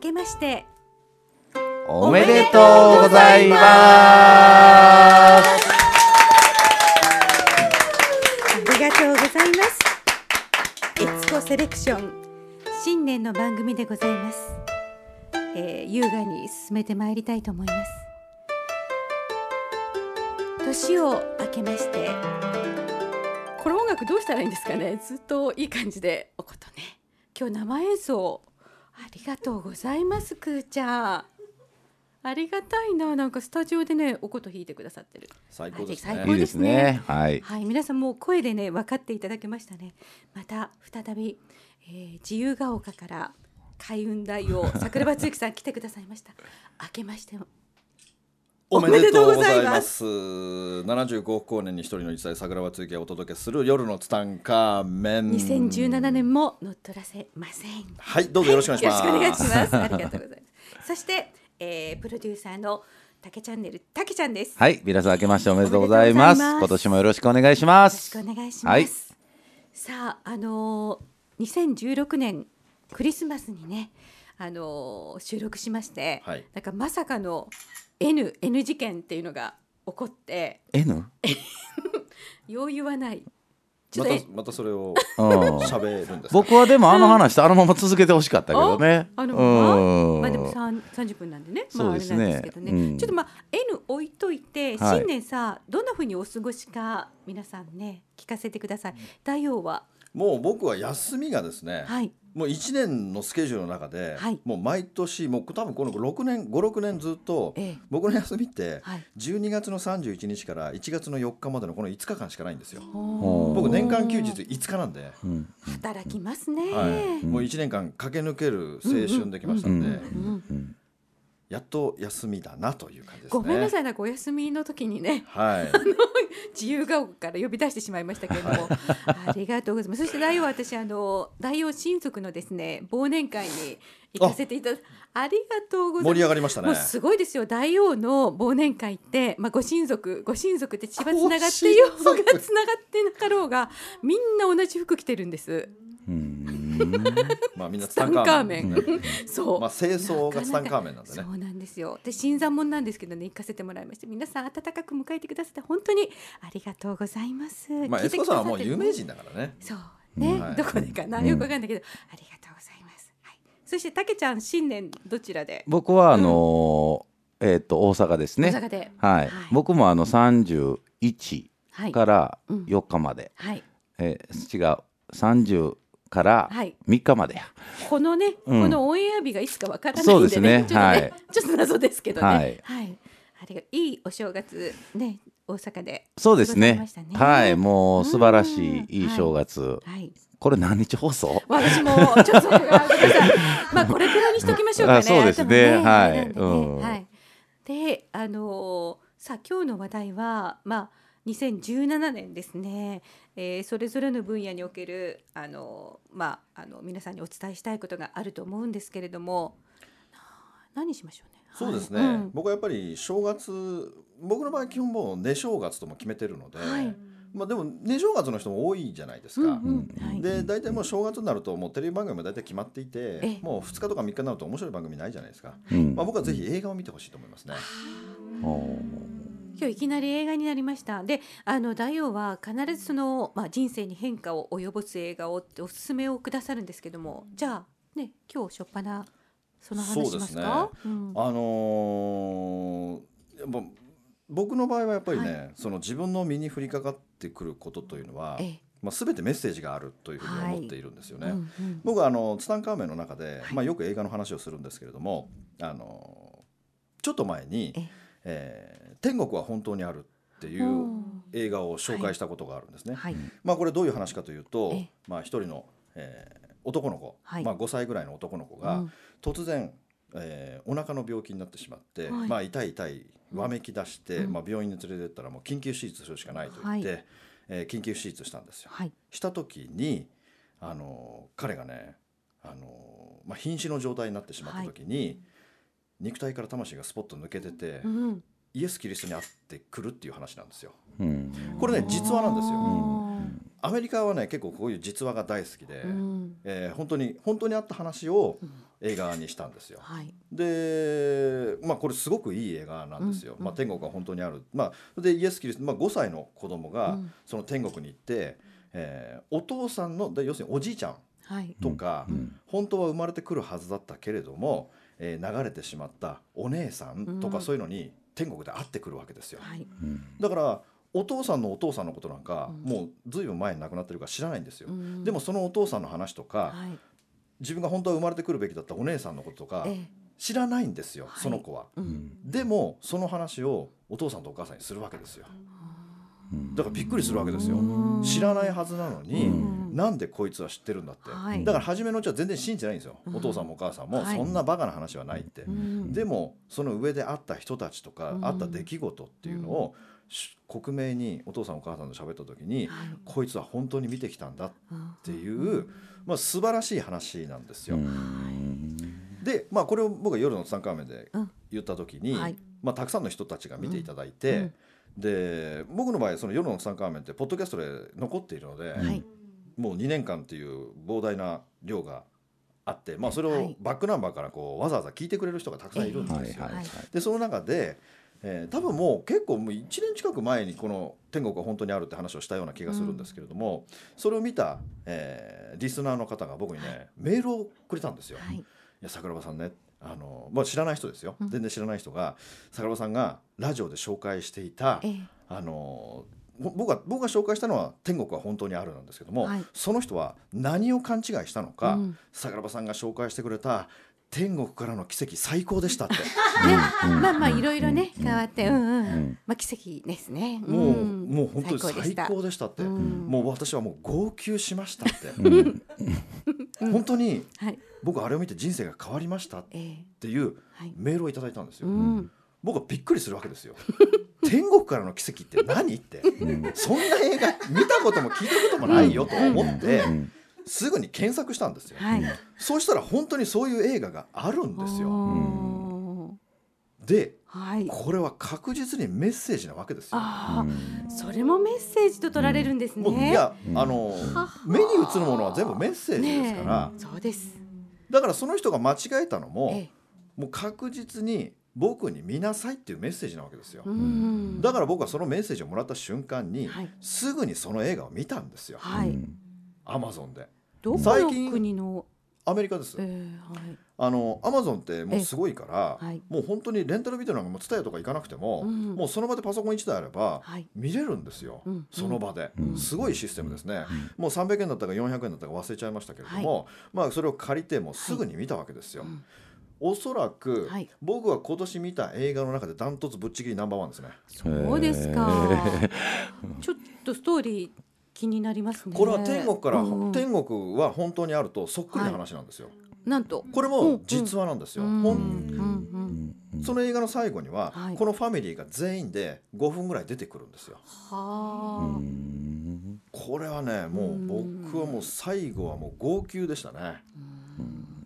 けましておめでとうございますありがとうございますエツコセレクション新年の番組でございます、えー、優雅に進めてまいりたいと思います年を明けましてこの音楽どうしたらいいんですかねずっといい感じでおことね今日生演奏ありがとうございますくーちゃんありがたいななんかスタジオでねおこと弾いてくださってる最高ですはい最ね高いいですねはいはい、皆さんもう声でね分かっていただけましたね。また再び、えー、自由が丘から開運大 王桜庭つゆきさん来てくださいました。明けましてもおめでとうございます75億光年に一人の一歳桜庭つゆきをお届けする夜のツタンカーメン2017年も乗っ取らせません。よはいどうぞよろしくおろ願いしくしおま願いしますす。ありがとうございます。そして、えー、プロデューサーのたけチャンネルたけちゃんです。よはい皆さん明けましておめでとうございますおめでとうござ今います年もよろしくお願いしまろしすくお願いします。はいさああのー、2016年クリスマスにねあのー、収録しまして。はいなんかまさかの N N 事件っていうのが起こって N? よう言わないちょまっと、たえまたそれをうん喋るんですか僕はでもあの話あのまま続けてほしかったけどねあのうんまあでも三三十分なんでね、まあそうあでれすなねんですけどね。うんちょっとまあ N 置いといてはい新年さ、どんな風にお過ごしか皆さんね聞かせてください。大王はもう僕は休みがですね、はいもう1年のスケジュールの中で、はいもう毎年もう多分この6年56年ずっとええ僕の休みってはい。 12月の31日から1月の4日までのこの5日間しかないんですよ。おー僕年間休日5日なんで、うん働きますね。はい、もう1年間駆け抜ける青春できましたんで、うんうんやっと休みだなという感じですね。ごめんなさいいなんかお休みの時にね はい、自由が丘から呼び出してしまいましたけれどもありがとうございますそして大王は私あの大王親族のですね忘年会に行かせていただありがとうございます盛り上がりましたねもうすごいですよ大王の忘年会って、まあ、ご親族ご親族って血はつながってようご親がつながってなかろうがみんな同じ服着てるんですまあみんなツツタタンンカカーーメメンン。そう、まあ清掃がツタンカーメンなんでね。そうなんですよで新参者なんですけどね行かせてもらいまして皆さん温かく迎えてくださって本当にありがとうございますまあ聞エいてスくコださんさはってもう有名人だからね。そうね、はいどこでかな、よくわかんないけど、ありがとうございます。はい、そしてたけちゃん新年どちらで？僕はあのーえっと大阪です大ね阪で。はい、はい僕もあの31はい。からうん4日まで、はい。えー違う30からはい3日までや、このね、うんこのオンエア日がいつかわからないんでね。そうですねちょっとはねい ちょっと謎ですけどね。ははいい。あれがいいお正月ね、大阪で。そうです過ごねせましたはいもう素晴らしうんいいい正月、はい。これ何日放送私もちょっとそこがごめんなさい。まあこれくらいにしときましょうかね。あそうですね頭はいあれなんでねうんはい。で、あのーさあ今日の話題はまあ。2017年ですね、えーそれぞれの分野におけるあのー、まあ、あの皆さんにお伝えしたいことがあると思うんですけれどもな何しましょうね。そうですね、はいうん僕はやっぱり正月僕の場合基本もう寝正月とも決めてるので、はいまあ、でも寝正月の人も多いじゃないですうんか。うんはいで大体もう正月になるともうテレビ番組も大体決まっていえてえもう2日とか3日になると面白い番組ないじゃないですか、うんまあ、僕はぜひ映画を見てほしいと思いますね。お今日いきなり映画になりましたであの大王は必ずその、まあ、人生に変化を及ぼす映画をっておすすめをくださるんですけどもじゃあね今日初っ端その話しますかうんあのーやっぱ僕の場合はやっぱりね、はその自分の身に降りかかってくることというのは、ええまあ、全てメッセージがあるというふうに思っているんですよね。うんうん僕はあのツタンカーメンの中で、はいまあ、よく映画の話をするんですけれどもあのちょっと前にえ「えー天国は本当にある」っていう映画を紹介したことがあるんですね。はいまあ、これどういう話かというとえ、まあ、一人の、えー男の子、はいまあ、5歳ぐらいの男の子が、うん突然、えーお腹の病気になってしまって、はいまあ、痛い痛いわめき出して、うんまあ、病院に連れてったらもう緊急手術するしかないと言って、えー緊急手術したんですよ。はいした時にあの彼がねあの、まあ、瀕死の状態になってしまった時に、肉体から魂がスポッと抜けてて、うんイエス・キリストに会ってくるっていう話なんですよ。うんこれね実話なんですよ。あアメリカはね結構こういう実話が大好きで、うんえー本当に本当にあった話を映画にしたんですよ。はいで、まあ、これすごくいい映画なんですよ。うんうんまあ、天国が本当にある、まあ、でイエス・キリスト、まあ、5歳の子供うがんその天国に行って、えーお父さんので要するにおじいちゃんはいとか、うん本当は生まれてくるはずだったけれども、えー流れてしまったお姉さんとうかんそういうのに天国で会ってくるわけですよ。はいうんだからお父さんのお父さんのことなんか、うんもうずいぶん前に亡くなってるから知らないんですよ。うんでもそのお父さんの話とか、はい自分が本当は生まれてくるべきだったお姉さんのこととかええ知らないんですよ、はいその子は。ううんんでもその話をお父さんとお母さんにするわけですようんだからびっくりするわけですようん知らないはずなのに、うんなんでこいつは知ってるんだって、はいだから初めのうちは全然信じてないんですよ、うんお父さんもお母さんも、はいそんなバカな話はないって、うんでもその上であった人たちとか、うんあった出来事っていうのを、し克明にお父さんお母さんと喋った時に、はいこいつは本当に見てきたんだっうんていう、まあ、素晴らしい話なんですよ。うんで、まあ、これを僕は夜のツタンカーメンでうん言った時に、はいまあ、たくさんの人たちが見ていただいて、で僕の場合その夜のツタンカーメンってポッドキャストで残っているので、はいもう2年間っていう膨大な量があって、まあ、それはをいバックナンバーからこうわざわざ聞いてくれる人がたくさんいるんですよ。はいはいはいでその中でえー多分もう結構もう1年近く前にこの「天国が本当にある」って話をしたような気がするんですけれども、それを見た、えーリスナーの方が僕にね、メールをくれたんですよ。はいいや桜庭さんねあの、まあ、知らない人ですよ、うん全然知らない人が桜庭さんがラジオで紹介していたええあのぼ僕が僕が紹介したのは「天国は本当にある」なんですけども、はいその人は何を勘違いしたのか、うん桜庭さんが紹介してくれた「天国からの奇跡最高でした」 って。ねうんまあまあいろいろねうん変わってうんううんんまあ奇跡ですねもう、んもう本当に最で高でしたって、したうんもう私はもう号泣しましたって、うん本当にはい僕あれを見て人生が変わりましたっええていうはいメールをいただいたんですよ、うん僕はびっくりするわけ ですよ天国からの奇跡って何ってうんそんな映画見たことも聞いたこともないよと思ってうんすぐに検索したんですよはいそうしたら本当にそういう映画があるんですよおーではいこれは確実にメッセージなわけですよああそれもメッセージと取られるんですねもういやうんあのはは目に映るものは全部メッセージですからねえそうですだからその人が間違えたのもええもう確実に僕に見なさいっていうメッセージなわけですようんだから僕はそのメッセージをもらった瞬間にはいすぐにその映画を見たんですよはういんアマゾンでどこ最の近国のアメリカですええはいあのアマゾンってもうすごいから、えはいもう本当にレンタルビデオなんかも伝えとか行かなくても、うんもうその場でパソコン1台あればはい見れるんですよ、うんその場で、うんすごいシステムですね、もう300円だったか400円だったか忘れちゃいましたけれども、まあ、それを借りてもうすぐに見たわけですよ、うんおそらく、はい僕は今年見た映画の中でダントツぶっちぎりナンバーワンですねそうですかちょっとストーリー気になりますねこれは天国から、うん天国は本当にあるとそっくりな話なんですよ、なんとこれも実話なんですよ、うんほんうんうんうんその映画の最後には、はいこのファミリーが全員で5分ぐらい出てくるんですよ。はうんこれはねもううん僕はもう最後はもう号泣でしたね。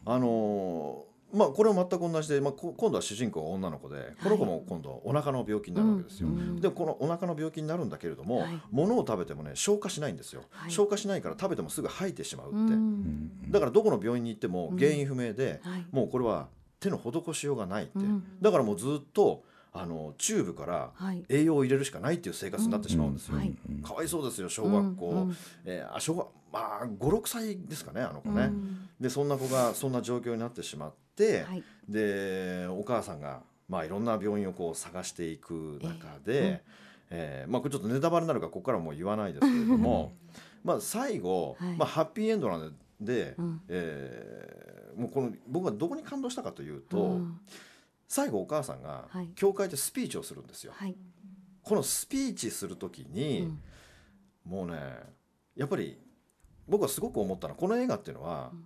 あのーまあこれも全く同じで、まあ、こ今度は主人公は女の子でこの子も今度お腹の病気になるわけですよ。うんでこのお腹の病気になるんだけれども、はい物を食べてもね消化しないんですよ、はい消化しないから食べてもすぐ吐いてしまうっあうて、うんんだからどこの病院に行っても原因不明で、はいもうこれは手の施しようがないって、うんだからもうずっとあのチューブからはい栄養を入れるしかないっていう生活になってしまうんですよ、うんはいかわいそうですよ小学校、うんうんえーあ小学まあ56歳ですかねあの子うね、んでそんな子がそんな状況になってしまって、はいでお母さんが、まあ、いろんな病院をこう探していく中で、ええーまあ、これちょっとネタバレになるからここからはもう言わないですけれどもまあ最後、はいまあ、ハッピーエンドなんで、うんえーもうこの僕はどこに感動したかというと、うん最後お母さんがはい教会でスピーチをするんですよ。はいこのスピーチする時うにん、もうねやっぱり僕はすごく思ったのはこの映画っていうのは、うん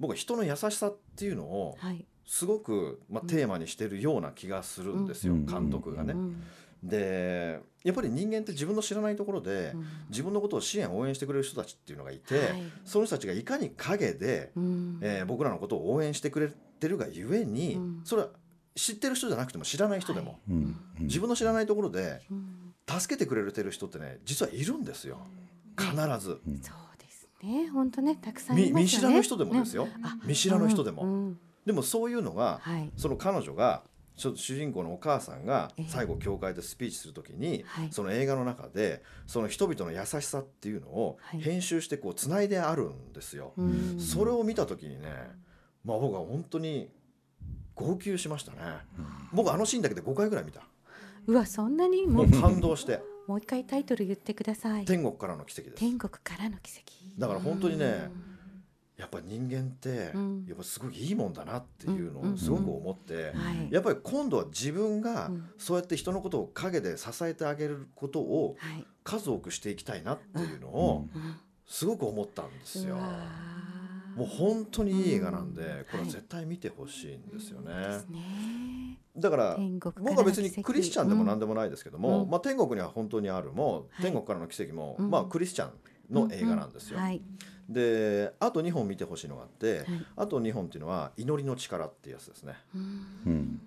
僕は人の優しさっていうのをはいすごく、まあ、テーマにしてるような気がするんですよ、うん監督がね。うんでやっぱり人間って自分の知らないところで、うん自分のことを支援応援してくれる人たちっていうのがいて、はいその人たちがいかに陰で、うんえー僕らのことを応援してくれてるがゆえに、うんそれは知ってる人じゃなくても知らない人でも、はいうんうん自分の知らないところでうん助けてくれてる人ってね実はいるんですよ。う必ず、そうですね本当ねたくさんいみま見す知よねらぬ人でもですよよ、あ見知らぬ人でも、うんうんでもそういうのが、はいその彼女がちょっと主人公のお母さんがええ最後教会でスピーチするときに、はいその映画の中でその人々の優しさっていうのをはい編集してこうつないであるんですよ。うんそれを見た時にね、まあ、僕は本当に号泣しましたね。僕あのシーンだけで5回ぐらい見た。うわそんなにももうう感動してもう一回タイトル言ってください天国からの奇跡です。天国からの奇跡だから本当にねやっぱ人間ってうんやっぱすごくいいもんだなっていううんのをすごく思ってうんはいやっぱり今度は自分がうんそうやって人のことを陰で支えてあげることをはい数多くしていきたいなっていうのをうんすごく思ったんですよう。わーもう本当にいい映画なんうでんこれは絶対見てほしいんですよね。ですねだから天国からの僕は別に奇跡クリスチャンでもうん何でもないですけども、うんまあ、天国には本当にあるもはい天国からの奇跡も、うんまあ、クリスチャンの映画なんですよ。はいであと2本見てほしいのがあって、はいあと2本っていうのは祈りの力っていうやつですね。うんうん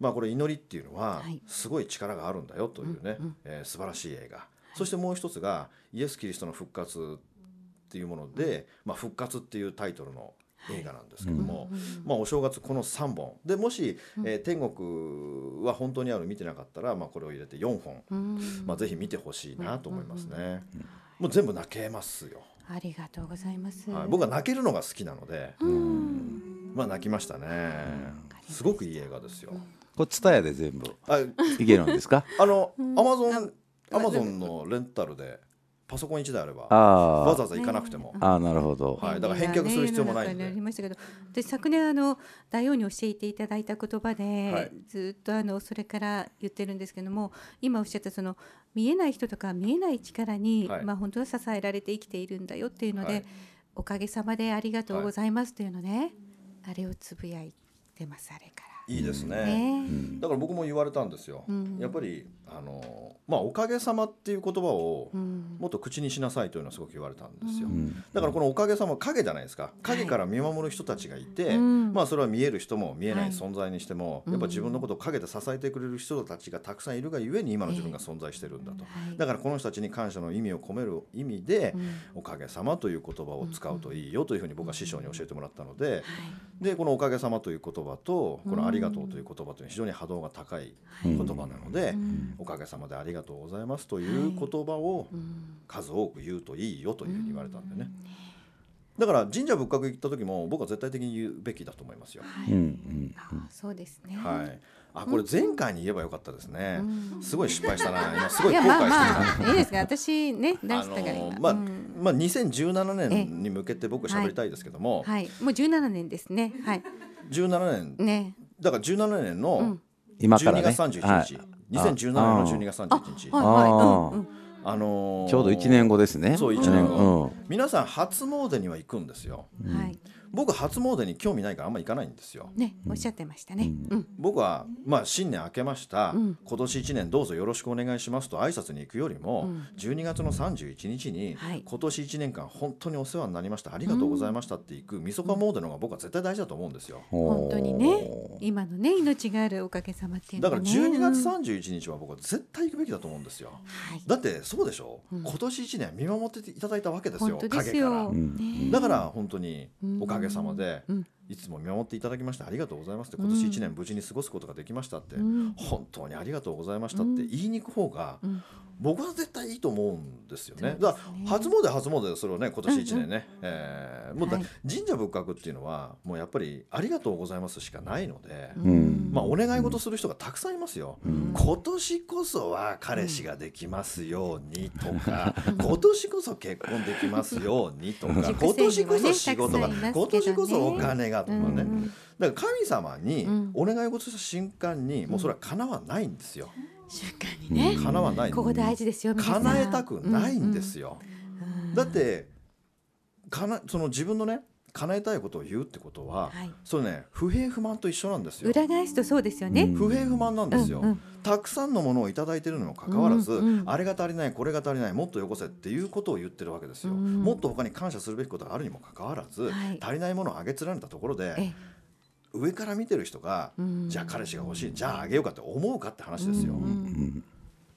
まあ、これ祈りっていうのははいすごい力があるんだよというね、うんうんえー素晴らしい映画、そしてもう一つがイエス・キリストの復活っていうもので、まあ、復活っていうタイトルの映画なんですけども、うんまあ、お正月この3本でもし、うんえー天国は本当にある見てなかったら、まあ、これを入れて4本、うんまあ、ぜひ見てほしいなと思いますね、うんもう全部泣けますよ、ありがとうございますはい、僕は泣けるのが好きなので、うんまあ、泣きましたね、すごくいい映画ですよ、これツタヤで全部あいけるんです かあのうんアマゾンあアマゾンのレンタルでパソコン1台あればわあざわざ行かなくてもねあああなるほどはいだから返却する必要もないんで便利ね世の中にありましたけど、で昨年あの大王に教えていただいた言葉で、はいずっとあのそれから言ってるんですけども、今おっしゃったその見えない人とか見えない力に、はいまあ本当は支えられて生きているんだよっていうので、はいおかげさまでありがとうございますというのね、あれをつぶやいてますあれかいいですら。ねねだから僕も言われたんですよ、うんやっぱりあの、まあ、おかげさまっていう言葉をうんもっと口にしなさいというのはすごく言われたんですよ、うんだからこのおかげさま影じゃないですか影から見守る人たちがいて、うんまあ、それは見える人も見えなはいい存在にしても、うんやっぱ自分のことを影で支えてくれる人たちがたくさんいるがゆえに今の自分が存在してるんだと、はいだからこの人たちに感謝の意味を込める意味で、うんおかげさまという言葉を使うといいよというふうに僕は師匠に教えてもらったのではでこの「おかげさま」という言葉とこの「ありがとう」という言葉というのは非常に波動が高いい言葉なので、うんおかげさまでありがとうございますという言葉をうん数多く言うといいよというふうに言われたんでね、だから神社仏閣行った時も僕は絶対的に言うべきだと思いますよ。はういんうんあーそうですね。はい、あこれ前回に言えばよかったですね、うんすごい失敗したな今すごいい後や悔してるまあな。まあいいです が私ね出したからあの今、ーまあうんまあ、2017年に向けて僕喋りたいですけども、はいもう17年ですねはい17年ねだから17年うのん今から12ね月31日、はい2017年の12月31日はあ、いはいあーうんうんのーちょうど1年後ですねそう一年後うん皆さん初詣には行くんですよはい僕初詣に興味ないからあんま行かないんですよねおっしゃってましたねうん僕はまあ新年明けました、うん今年1年どうぞよろしくお願いしますと挨拶に行くよりも、うん12月の31日に、はい今年1年間本当にお世話になりましたありがとうございましたって行くみそか詣の方が僕は絶対大事だと思うんですよ本当にね今のね命があるおかげさまっていうのだはからね12月うん31日は僕は絶対行くべきだと思うんですよ、はいだってそうでしょ、うん今年1年見守っていただいたわけですよ本当ですよ影からねうんだから本当にうんおかげさまでうんいつも見守っていただきましてありがとうございますって今年1年無事に過ごすことができましたってうん本当にありがとうございましたって言いに行く方がうん僕は絶対いいと思うんですよね。そうだでかすねら初詣は初詣でそれをね今年1年ね、えーもうだはい神社仏閣っていうのはもうやっぱりありがとうございますしかないので。うんまあ、お願い事する人がたくさんいますよ。今年こそは彼氏ができますようにとか、 今年こそ結婚できますようにとか、うん今年こそ仕事熟成が、にはねたくさんいますけどね今年こそお金がとかね、うんだから神様にうんお願い事した瞬間にもうそれは叶わないんですよ。瞬間にね叶わない。ここ大事ですよ皆さん叶えたくないんですよよ。だってかなその自分のね叶えたいことを言うってことは、はいそれね不平不満と一緒なんですよ。裏返すとそうですよね不平不満なんですよ、うんうんたくさんのものをいただいてるのにもかかわらず、うんうんあれが足りないこれが足りないもっとよこせっていうことを言ってるわけですよ、うんもっと他に感謝するべきことがあるにもかかわらず、はい足りないものをあげつられたところで、え上から見てる人が、うんじゃあ彼氏が欲しいじゃああげようかって思うかって話ですよ、うんうん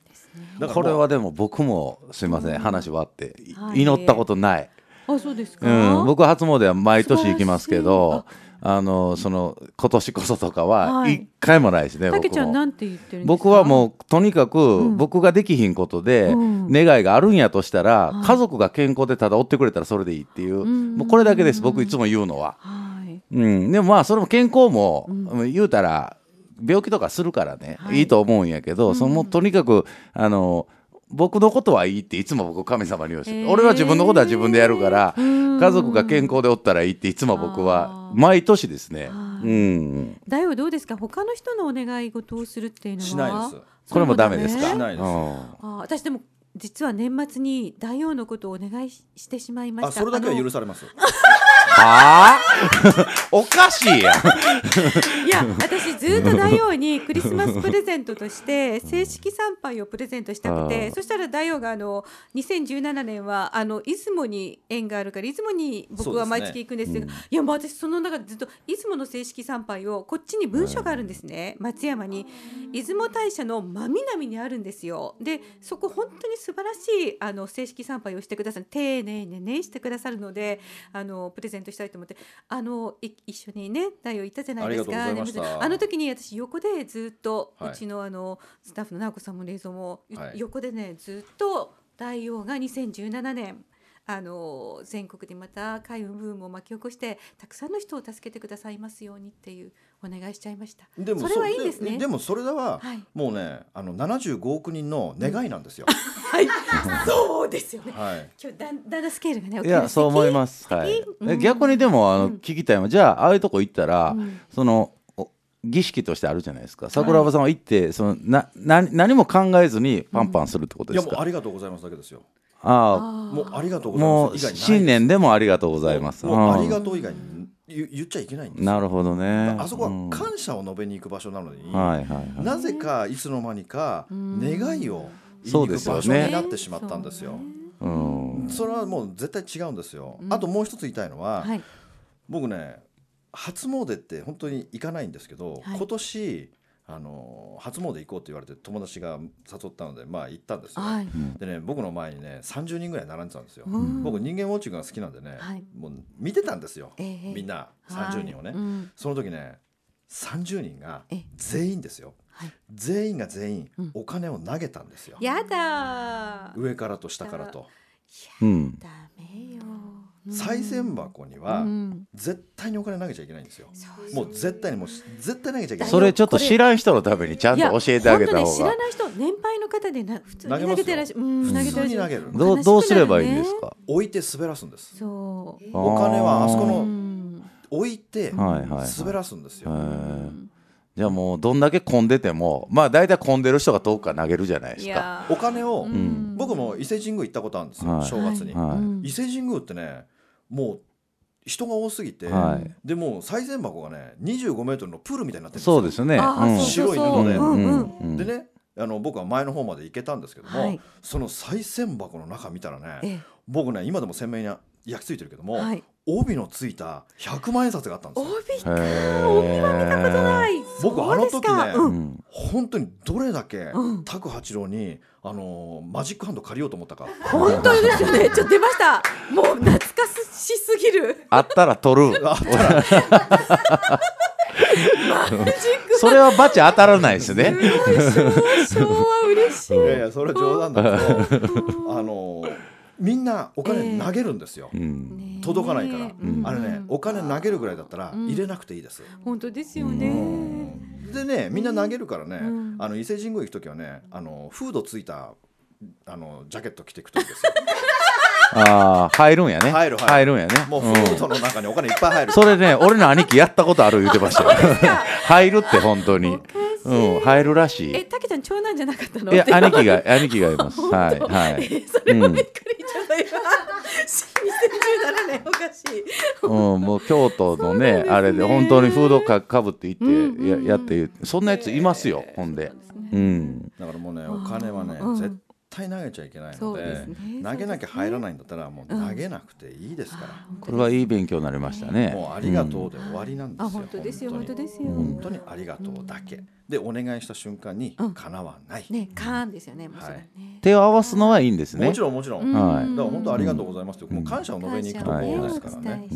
ですね。だからこれはでも僕もすいません話はあっていはい祈ったことない、あ、そうですか。うん、僕は初詣は毎年行きますけ素晴どあのその今年こそとかははい一回もないですね、たけ僕ちゃんもなんて言ってるんですか。僕はもうとにかくん僕ができひんことでうん願いがあるんやとしたら、はい家族が健康でただおってくれたらそれでいいっていう,、うんもうこれだけです僕いつも言うのは。はい。うん、でもまあそれも健康も、うんうん言うたら病気とかするからね、はいい、いと思うんやけど、うんそのとにかくあの僕のことはいいっていつも僕神様に言うし、へー俺は自分のことは自分でやるから、うん家族が健康でおったらいいっていつも僕あはー毎年ですね、はいうん、だよどうですか。他の人のお願い事をするっていうのは。しないですこれもダメですかしないですうんあ、私でも実は年末に大王のことをお願いししてしまいまあした。それだけはあの許されますはあ おかしいやんいや私ずっと大王にクリスマスプレゼントとして正式参拝をプレゼントしたくあてーそしたら大王があの2017年はあの出雲に縁があるから出雲に僕は毎月行くんですがそうですいやもう私その中でずっと出雲の正式参拝をこっちに文書があるんですね松山に出雲大社の真南にあるんですよでそこ本当に素晴らしいあの正式参拝をしてくださる丁寧にねしてくださるのであのプレゼントしたいと思ってあのい一緒にね大王行ったじゃないですかありがとうございましたであの時に私横でずっと、はいうちのあのスタッフの直子さんも冷蔵も、いはい横でねずっと大王が2017年あの全国でまた海運ブームを巻き起こしてたくさんの人を助けてくださいますようにっていうお願いしちゃいました。でも それはいいですね。でもそれははいもうねあの75億人の願いなんですよ、はい、そうですよね。はい今日だんだんだんスケールがね、いやそう思いす。ます、はい素敵うん逆にでもあの、うん聞きたいのはじゃあああいうとこ行ったら、うんそのお儀式としてあるじゃないですか桜庭さんは行って、そのなな何も考えずにパンパンするってこといでやすもか、うありがとうございますだけですよあもうありがとあうございもますう以外ない新年でもありがとうございますもうもうありうがとう以外に言言っちゃいけないんですんよなるほどねあそこうんは感謝を述べに行く場所なのに、はいはいはいなぜかいつの間にかうん願いを言いに行く場所になってしまったんですよ。うんそれはもう絶対違うんですよ。うんあともう一つ言いたいのは、はい。僕ね初詣って本当に行かないんですけど、はい今年あの初詣行こうって言われて友達が誘ったのでまあ行ったんですよ。はい。でね僕の前にね30人ぐらい並んでたんですよ。うん僕人間ウォッチングが好きなんでね、はいもう見てたんですよ、ええみんな30人をね。はいうんその時ね30人がえ全員ですよ、はい全員が全員うんお金を投げたんですよ、やだー。上からと下からと、うんダメよ。うん賽銭箱にはうん絶対にお金投げちゃいけないんですよ、そうもう絶対にもう絶対投げちゃいけないそれちょっと知らん人のためにちゃんと教えてあげたいや本当方が、ね、知らない人、年配の方でな普通に投げ投ますよげてらっしゃる。うん、投げてらっ普通しにゃ投る。げるどうどうすればいいんですか、置いて滑らすんですそう。ーお金はあそこううのん置いてはいはいはい滑らすんですよ、へえじゃあもうどんだけ混んでてもまあ大体混んでる人が遠くから投げるじゃないですいかやー。お金を、ん僕も伊勢神宮行ったことあるんですよ、はい正月に、はいうん伊勢神宮ってねもう人が多すぎて、はいでもう賽銭箱がね25メートルのプールみたいになってるんですよそうですねあーそうそうそう白い布でうんうんうんでねあの僕は前の方まで行けたんですけども、はいその賽銭箱の中見たらねええ僕ね今でも鮮明に焼き付いてるけども、はい帯のついた100万円札があったんですよ帯へーはい。僕あのそうです時ねかううんん本当にどれだけうん拓八郎に、あのーマジックハンド借りようと思ったか本当ですよね。ちょっと出ました。もう懐かしすぎ る。あったら取るあっ たらそれはバチ当たらないです ねすごい 昭昭和嬉しい。いやいやそれは冗談だけどあのーみんなお金投げるんですよ、うん届かないから、んあれねお金投げるぐらいだったらうん入れなくていいです、本当ですよね。でねみんな投げるからね、うんあの伊勢神宮行く時はねあのフードついたあのジャケット着ていくといいですよああ入るんやね入る入るるんやねもうフんードの中にお金いっぱい入る、それね俺の兄貴やったことある言ってましたよ 入るって本当にうん入るらしえ、いたけちゃん長男じゃなかったの？いやって兄貴が兄貴がいますはいはいえそれはびっくりじゃ ないわ。2017年おかし い。 うん、もう京都のねそうなんですねあれで本当にフードかかぶっていってや,、うんうんやってそんなやついますよ、ほんで、うんだからもうねお金はね、うん絶対投げちゃいけないそのうでですね投げなきゃ入らいないんだったらもううん投げなくていいですから、これはいい勉強になりましたね。もうありがとうで終わりなんですよ、あ本当ですよ本当ですよ本当にありがとうだけでお願いした瞬間にうんかなわない、ねカーンですよねもうそれね、手を合わすのはいいんですね。もちろんもちろん、うんだかはいら本当ありがとうございますって、もう感謝を述べに行くとこ感謝ろをでねすからおね、伝え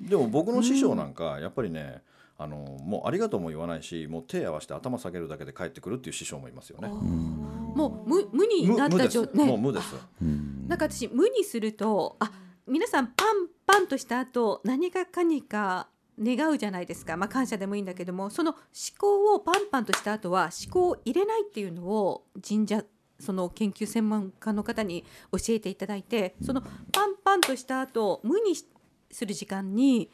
して、でも僕の師匠なんかやっぱりね、あのもうありがとうも言わないしもう手合わせて頭下げるだけで帰ってくるっていう師匠もいますよね。もう無無に無なっ無たです、状もうね無です。うんなんか私無にするとあ皆さんパンパンとした後何かかにか願うじゃないですか、まあ、感謝でもいいんだけどもその思考をパンパンとした後は思考を入れないっていうのを神社その研究専門家の方に教えていただいてそのパンパンとした後無にしする時間に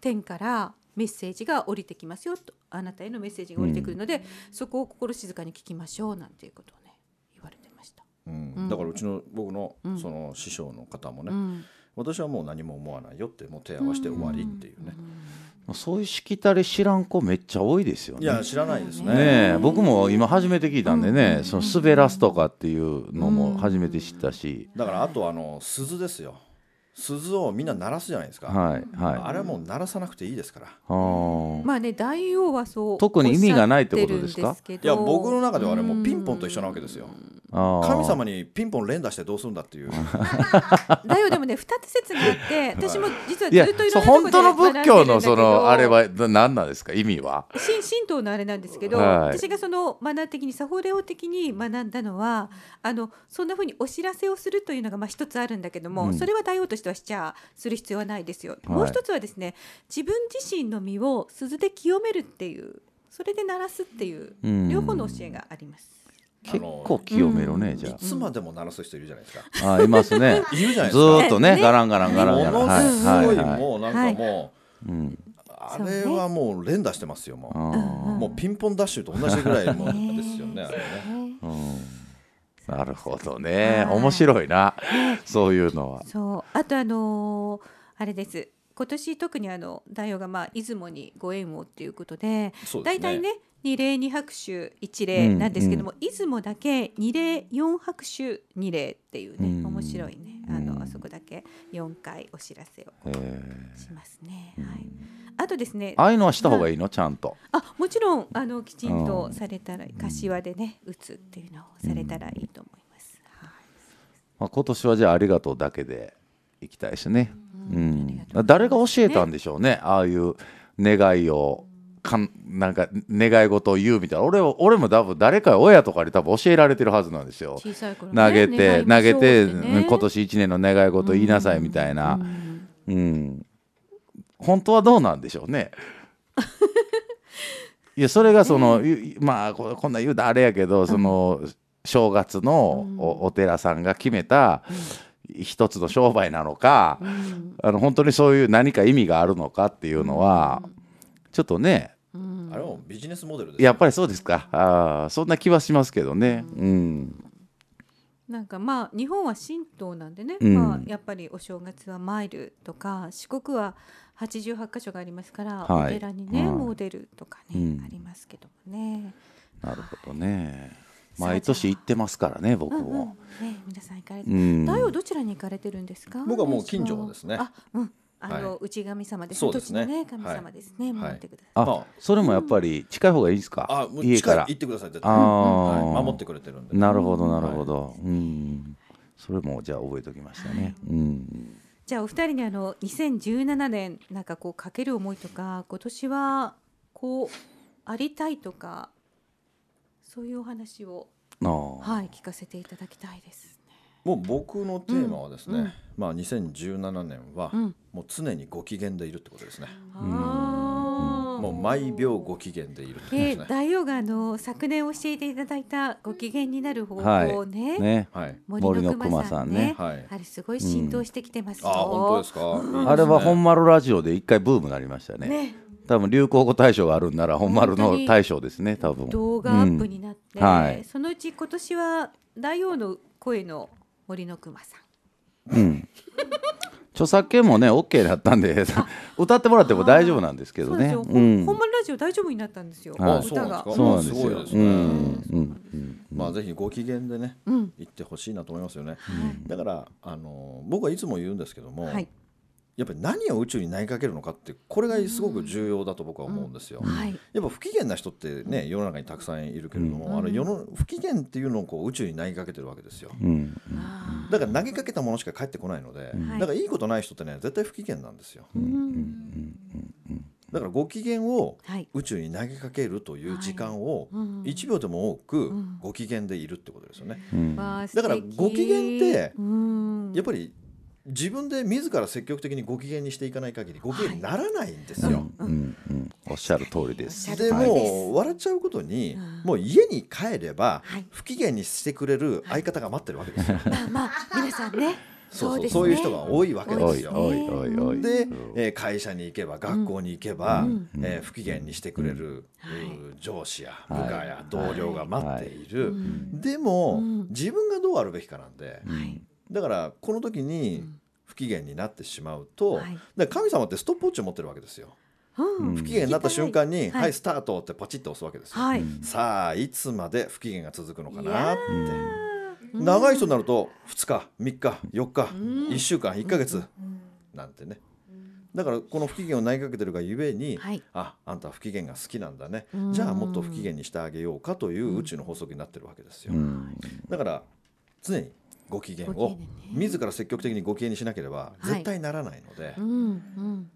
天からメッセージが降りてきますよとあなたへのメッセージが降りてくるので、そこを心静かに聞きましょうなんていうことをね言われてました。うんうんだからうちの僕のうんその師匠の方もね、うん私はもう何も思わないよってもう手合わせて終わりっていうね。そういうしきたり知らん子めっちゃ多いですよいね。や知らないですね。ねえ僕も今初めて聞いたんでね、その滑らすとかっていうのも初めて知ったし、だからあとあの鈴ですよ。鈴をみんな鳴らすじゃないですか。はいあはい。れはもう鳴らさなくていいですから。あーまあね大王はそう特に意味がないってことおっしゃですかるんけいどや僕の中ではあれもうピンポンと一緒なわけですよ。あー神様にピンポン連打してどうするんだっていう。大王でもね二つ説があって私も実はいやずっといそうろんなとこで学ん本当のでるんだ仏けど教のそのあれはな何なんですか意味は。神神道のあれなんですけど、はい私がそのマナー的に作法令法的に学んだのはあのそんなふうにお知らせをするというのがまあ一つあるんだけども、うんそれは大王としてはしちゃする必要はないですよ、いもう一つはですね自分自身の身を鈴で清めるっていうそれで鳴らすっていううん両方の教えがあります、結構清めろねじいゃつまでも鳴らす人いるじゃないですか。あ。あーいますね。いるじゃなずいですか。ーっとねねガランガランガランガラン。ものすはいごはいいはいもうなんかもうんうあれはもう連打してますよもあうーもうピンポンダッシュと同じぐらいもうねですよねあれねうんなるほどねはい面白いなそういうのは。そうあとあのーあれです今年特にあの大王がまあ出雲にご縁をっていうことでそうで大すね体ね二礼二拍手一礼なんですけども、出雲だけ二礼四拍手二礼っていうね、うん面白いねあの、あそこだけ四回お知らせをえーしますね、はいあとですねああいうのはした方がいいのちゃんと。あもちろんあのきちんとうんされたら柏でね打つっていうのをされたらいいと思います、まあ、今年はじゃあありがとうだけでいきたいですね。うありがとうんございます、誰が教えたんでしょうねああいう願いをかんなんか願い事を言うみたいな俺は俺も多分誰か親とかに多分教えられてるはずなんですよ。小さい頃ね投げて投願いげましょて、うってねうん今年1年の願い事言いなさいみたいな、うん本当はどうなんでしょうね。 いやそれがその、ゆまあここんなん言うとあれやけどその、正月のおお寺さんが決めた一つの商売なのか、あの本当にそういう何か意味があるのかっていうのは、ちょっとねあれはもうビジネスモデルですよやっぱりそうですかあーそんな気はしますけどね。うんなんかまあ日本は神道なんでね、うんまあ、やっぱりお正月は参るとか四国は88箇所がありますから、はいお寺にね、はいもう出るとかね、うんありますけどもね。なるほどね。そう毎年行ってますからね、僕うんうん、もね。皆さん行かれて、うん。大王どちらに行かれてるんですか僕はもう近所ですねあ、うん、あの、は内神様ですそうですね栃のね神様ですね、はい守ってください、まああ、それもやっぱり近い方がいいですあかも。う家か近いら行。ってください絶あ対、あはい、守ってくれてるんでなるほど、なるほど。うん。それもじゃあ覚えておきましたね。うん。じゃあお二人にあの2017年なんかこうかける思いとか今年はこうありたいとかそういうお話をあはい、聞かせていただきたいです。もう僕のテーマはですね、うんうんまあ2017年はうんもう常にご機嫌でいるってことですね、あもう毎秒ご機嫌でいるってことでですね、大王があの昨年教えていただいたご機嫌になる方はい法をね,、あ。ね。はい森の熊さんね森の熊さんねはいあれすごい浸透してきてますあよ、あ本当ですか、あれは本ま丸ラジオで一回ブームになりましたね。ね多分流行語大賞があるんなら本丸本当のに大賞ですね、多分。動画アップになって、うんはいそのうち今年は大王の声の森の熊さんうん。著作権もね、OK だったんで、 歌ってもらっても大丈夫なんですけそどうでね。すよ、うん本。番ラジオ大丈夫になったんですよ、はいあそうな歌んでがすかそうなんですすごいよで。すうねんうんうん。まあぜひご機嫌でねうん行ってほしいなと思いますよね。はいだからあの僕はいつも言うんですけども、はいやっぱり何を宇宙に投げかけるのかってこれがすごく重要だと僕は思うんですよ。はいやっぱ不機嫌な人ってね世の中にたくさんいるけれども、あの世の不機嫌っていうのをこう宇宙に投げかけてるわけですよ。うんあだから投げかけたものしか返ってこないので、はいだからいいことない人ってね絶対不機嫌なんですよ。ーうんだからご機嫌をはい宇宙に投げかけるという時間をうん1秒でも多くご機嫌でいるってことですよね。うんわあ素だから敵ご機嫌ってうんやっぱり自分で自ら積極的にご機嫌にしていかない限りご機嫌にならないんですよ。うんうんおっしゃる通りです。ではいもう笑っちゃうことに、うんもう家に帰れば、はい不機嫌にしてくれる相方が待ってるわけ ですよ。まあまあ皆さんねそそううそでうすねそういう人が多いわけでおすいよ。おいおいおい。でうん、えー会社に行けば学校に行けば、うんえー不機嫌にしてくれる、はう上司や部はい下や同僚が待っている、うんでも、うん自分がどうあるべきかなんではいだからこの時に不機嫌になってしまうと、はいだから神様ってストップウォッチを持ってるわけですよ。うん不機嫌になった瞬間に「ははいい、スタート!」ってパチッと押すわけですよ。はいさあいつまで不機嫌が続くのかいやなって長い人になると2日3日4日うん1週間1ヶ月なんてねだからこの不機嫌を投げかけてるがゆえに、はいああんたは不機嫌が好きなんだねうんじゃあもっと不機嫌にしてあげようかという宇宙の法則になってるわけですようんだから常にご機嫌ご機を嫌ね自ら積極的にご機嫌にしなければはい絶対ならないので、うんうん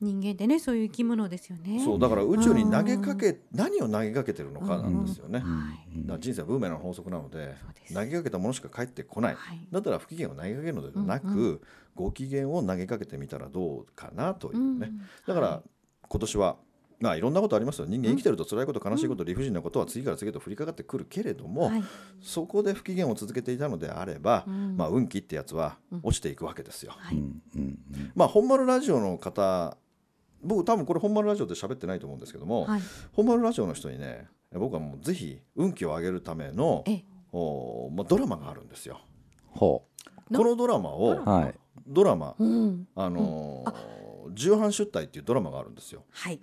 人間ってねそういう生き物ですよねそうだから宇宙に投げかけ何を投げかけてるのかなんですよね。はいだから人生はブーメランの法則なのでそうです投げかけたものしか返ってこない、はいだったら不機嫌を投げかけるのではなく、うんご機嫌を投げかけてみたらどうかなというね、うんだから今年はまあいろんなことありますよ人間生きてると辛いこと悲しいこと理不尽なことは次から次へと降りかかってくるけれども、はいそこで不機嫌を続けていたのであれば、うんまあ、運気ってやつは落ちていくわけですよ。はいうんうんまあ、本丸ラジオの方僕多分これ本丸ラジオで喋ってないと思うんですけども、はい本丸ラジオの人にね僕はもうぜひ運気を上げるためのえおーまあ、ドラマがあるんですよ。ほなこのドラマあをうはい。ドラマ、うんあのー重版出隊っていうドラマがあるんですよ。はい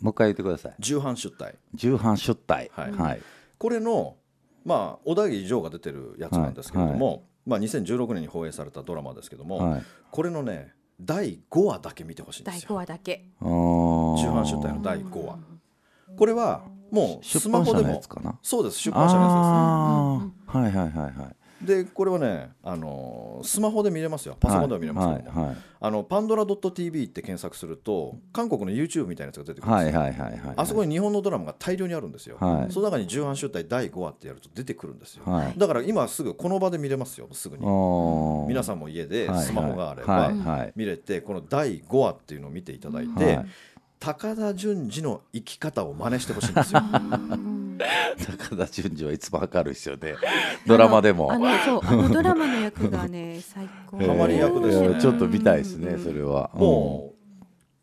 もう一回言ってください。重版出隊重版出題。はいはい。これのまあ小田切城が出てるやつなんですけれども、まあ2016年に放映されたドラマですけども、はい。これのね第5話だけ見てほしいんで第す五よ。話だけ重重版出隊の第5話。これはもうス出マ版ホ社でのやもつかな。そうです出版社のやああ、はいはいはいはい。つです。でこれはねあのースマホで見れますよパソコンでも見れますけども、はいはいあのパンドラ .tv って検索すると韓国の YouTube みたいなやつが出てくるんですはよ、いはいはいはい。あそこに日本のドラマが大量にあるんですよ、はいその中に「重版集大第5話」ってやると出てくるんですよ、はい。だから今すぐこの場で見れますよすぐにお皆んさんも家でスマホがあれば、はいはい。見れてこの第5話っていうのを見ていただいて、はい高田純次の生き方を真似してほしいんですよ高田純次はいつも明るいですよ ね。ドラマでも。あのそうあのドラマの役が ね最高えーハマり役ですねちょっと見たいですね、それは。も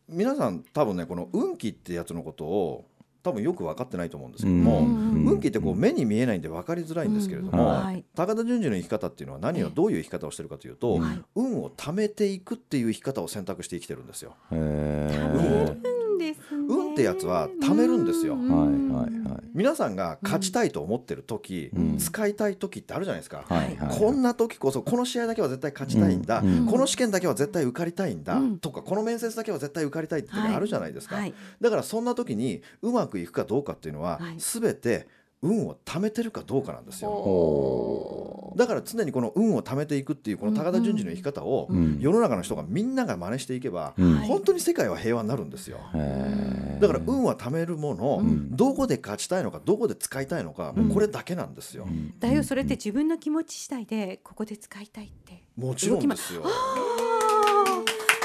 う皆さん多分ねこの運気ってやつのことを多分よく分かってないと思うんですけども、うん運気ってこう目に見えないんで分かりづらいんですけれどうんも、はい高田純次の生き方っていうのは何をどういう生き方をしてるかというと、はい運を貯めていくっていう生き方を選択して生きてるんですよ。うん。へ運をえ。うんですね運ってやつは貯めるんですようはいんはいはい。皆さんが勝ちたいと思ってる時、うん使いたい時ってあるじゃないですか、はいはい。こんな時こそこの試合だけは絶対勝ちたいんだ、うんうんこの試験だけは絶対受かりたいんだ、うんとかこの面接だけは絶対受かりたいって時はいあるじゃないですか、はいだからそんな時にうまくいくかどうかっていうのは、はい全て運を貯めてるかどうかなんですよ。おーだから常にこの運を貯めていくっていうこの高田純次の生き方をうん世の中の人がみんなが真似していけばうんはい本当に世界は平和になるんですよ。へだから運は貯めるもの、んどこで勝ちたいのかどこで使いたいのか、もうこれだけなんですよ。だよそれって自分の気持ち次第でここで使いたいってもちろんですよ。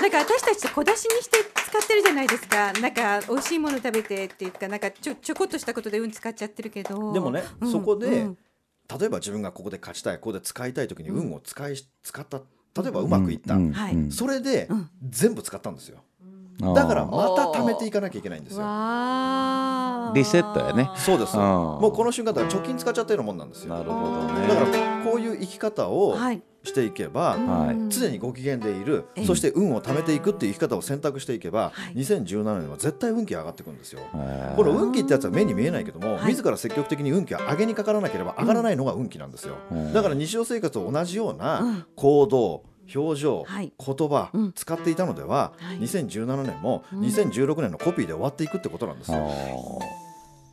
なんか私たちって小出しにして使ってるじゃないですかなんか美味しいもの食べてっていうかなんかちょちょこっとしたことで運使っちゃってるけどでもね、うんそこで、うん例えば自分がここで勝ちたいここで使いたい時に運を使い使った例えばうまくいった、うんはいうんそれでうん全部使ったんですよ。あーだからまた貯めていかなきゃいけないんですよわーリセットやねそうですうんもうこの瞬間だから貯金使っちゃったようなもんなんですよなだるほどねからこういう生き方をはい、していけば、はいうん常にご機嫌でいる、ええそして運を貯めていくっていう生き方を選択していけば、はい2017年は絶対運気が上がっていくんですよ。えーこの運気ってやつは目に見えないけども、はい自ら積極的に運気を上げにかからなければ上がらないのが運気なんですよ、うんだから日常生活と同じよううなん行動表情、はい言葉、うん使っていたのでは、はい2017年もうん2016年のコピーで終わっていくってことなんですあよ、ー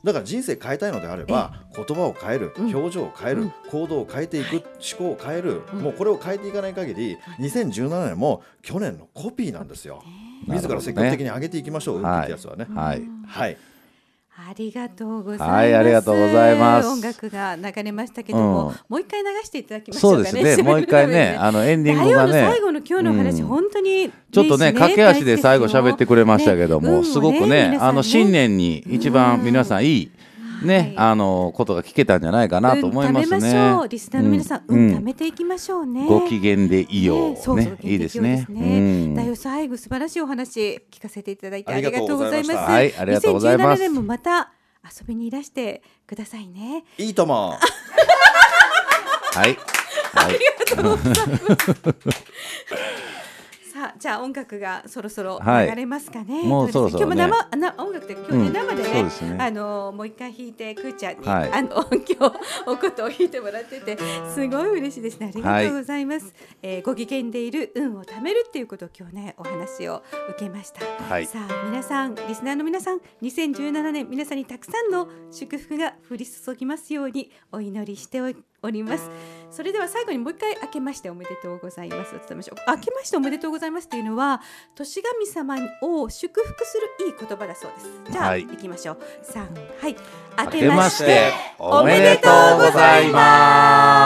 だから人生変えたいのであれば言葉を変える、うん表情を変える、うん行動を変えていく、思考を変える、うんもうこれを変えていかない限り2017年も去年のコピーなんですよ。なるほ自どねら積極的に上げていきましょう、運気ってやつはね。はういんはい、ありがとうございます、はいありがとうございます音楽が流れましたけども、うんもう一回流していただきましょそううでかすねねもう一回ねあのエンディング大王がのね最後の今日のお話、うん本当にちょっとね駆け足で最後喋ってくれましたけども、ねすごく運をね皆さんあの新年に一番皆さんいい、ね、はいあのことが聞けたんじゃないかなと思います運ね。貯めましょうリスナーの皆さん、うん運貯めていきましょうね、ご機嫌でいよう、ねそうそうねいいですね。ご機嫌でいようですねうんだよ最後素晴らしいお話聞かせていただいてあありりがとがとううござございいまます。したはいありがとうございます2017年もまた遊びにいらしてくださいね。いいとも。はい、はい、さあじゃあ音楽がそろそろはい流れますかね。もうどですかそろそろ今ね日も生な音楽で今日ね、うん生でねそうですねあのーもう一回弾いてくーちゃんに、はいあの今日おことを弾いてもらっててすごい嬉しいですねありがとうございます。えーご機嫌でいる運を貯めるっていうことを今日ねお話を受けました。はいさあ皆さんリスナーの皆さん2017年皆さんにたくさんの祝福が降り注ぎますようにお祈りしておおりますそれでは最後にもう一回明けましておめでとうございますお伝えましょう明けましておめでとうございますっていうのは年神様を祝福するいい言葉だそうですじゃあ、はいい、きましょう三はい明けましておめでとうございます。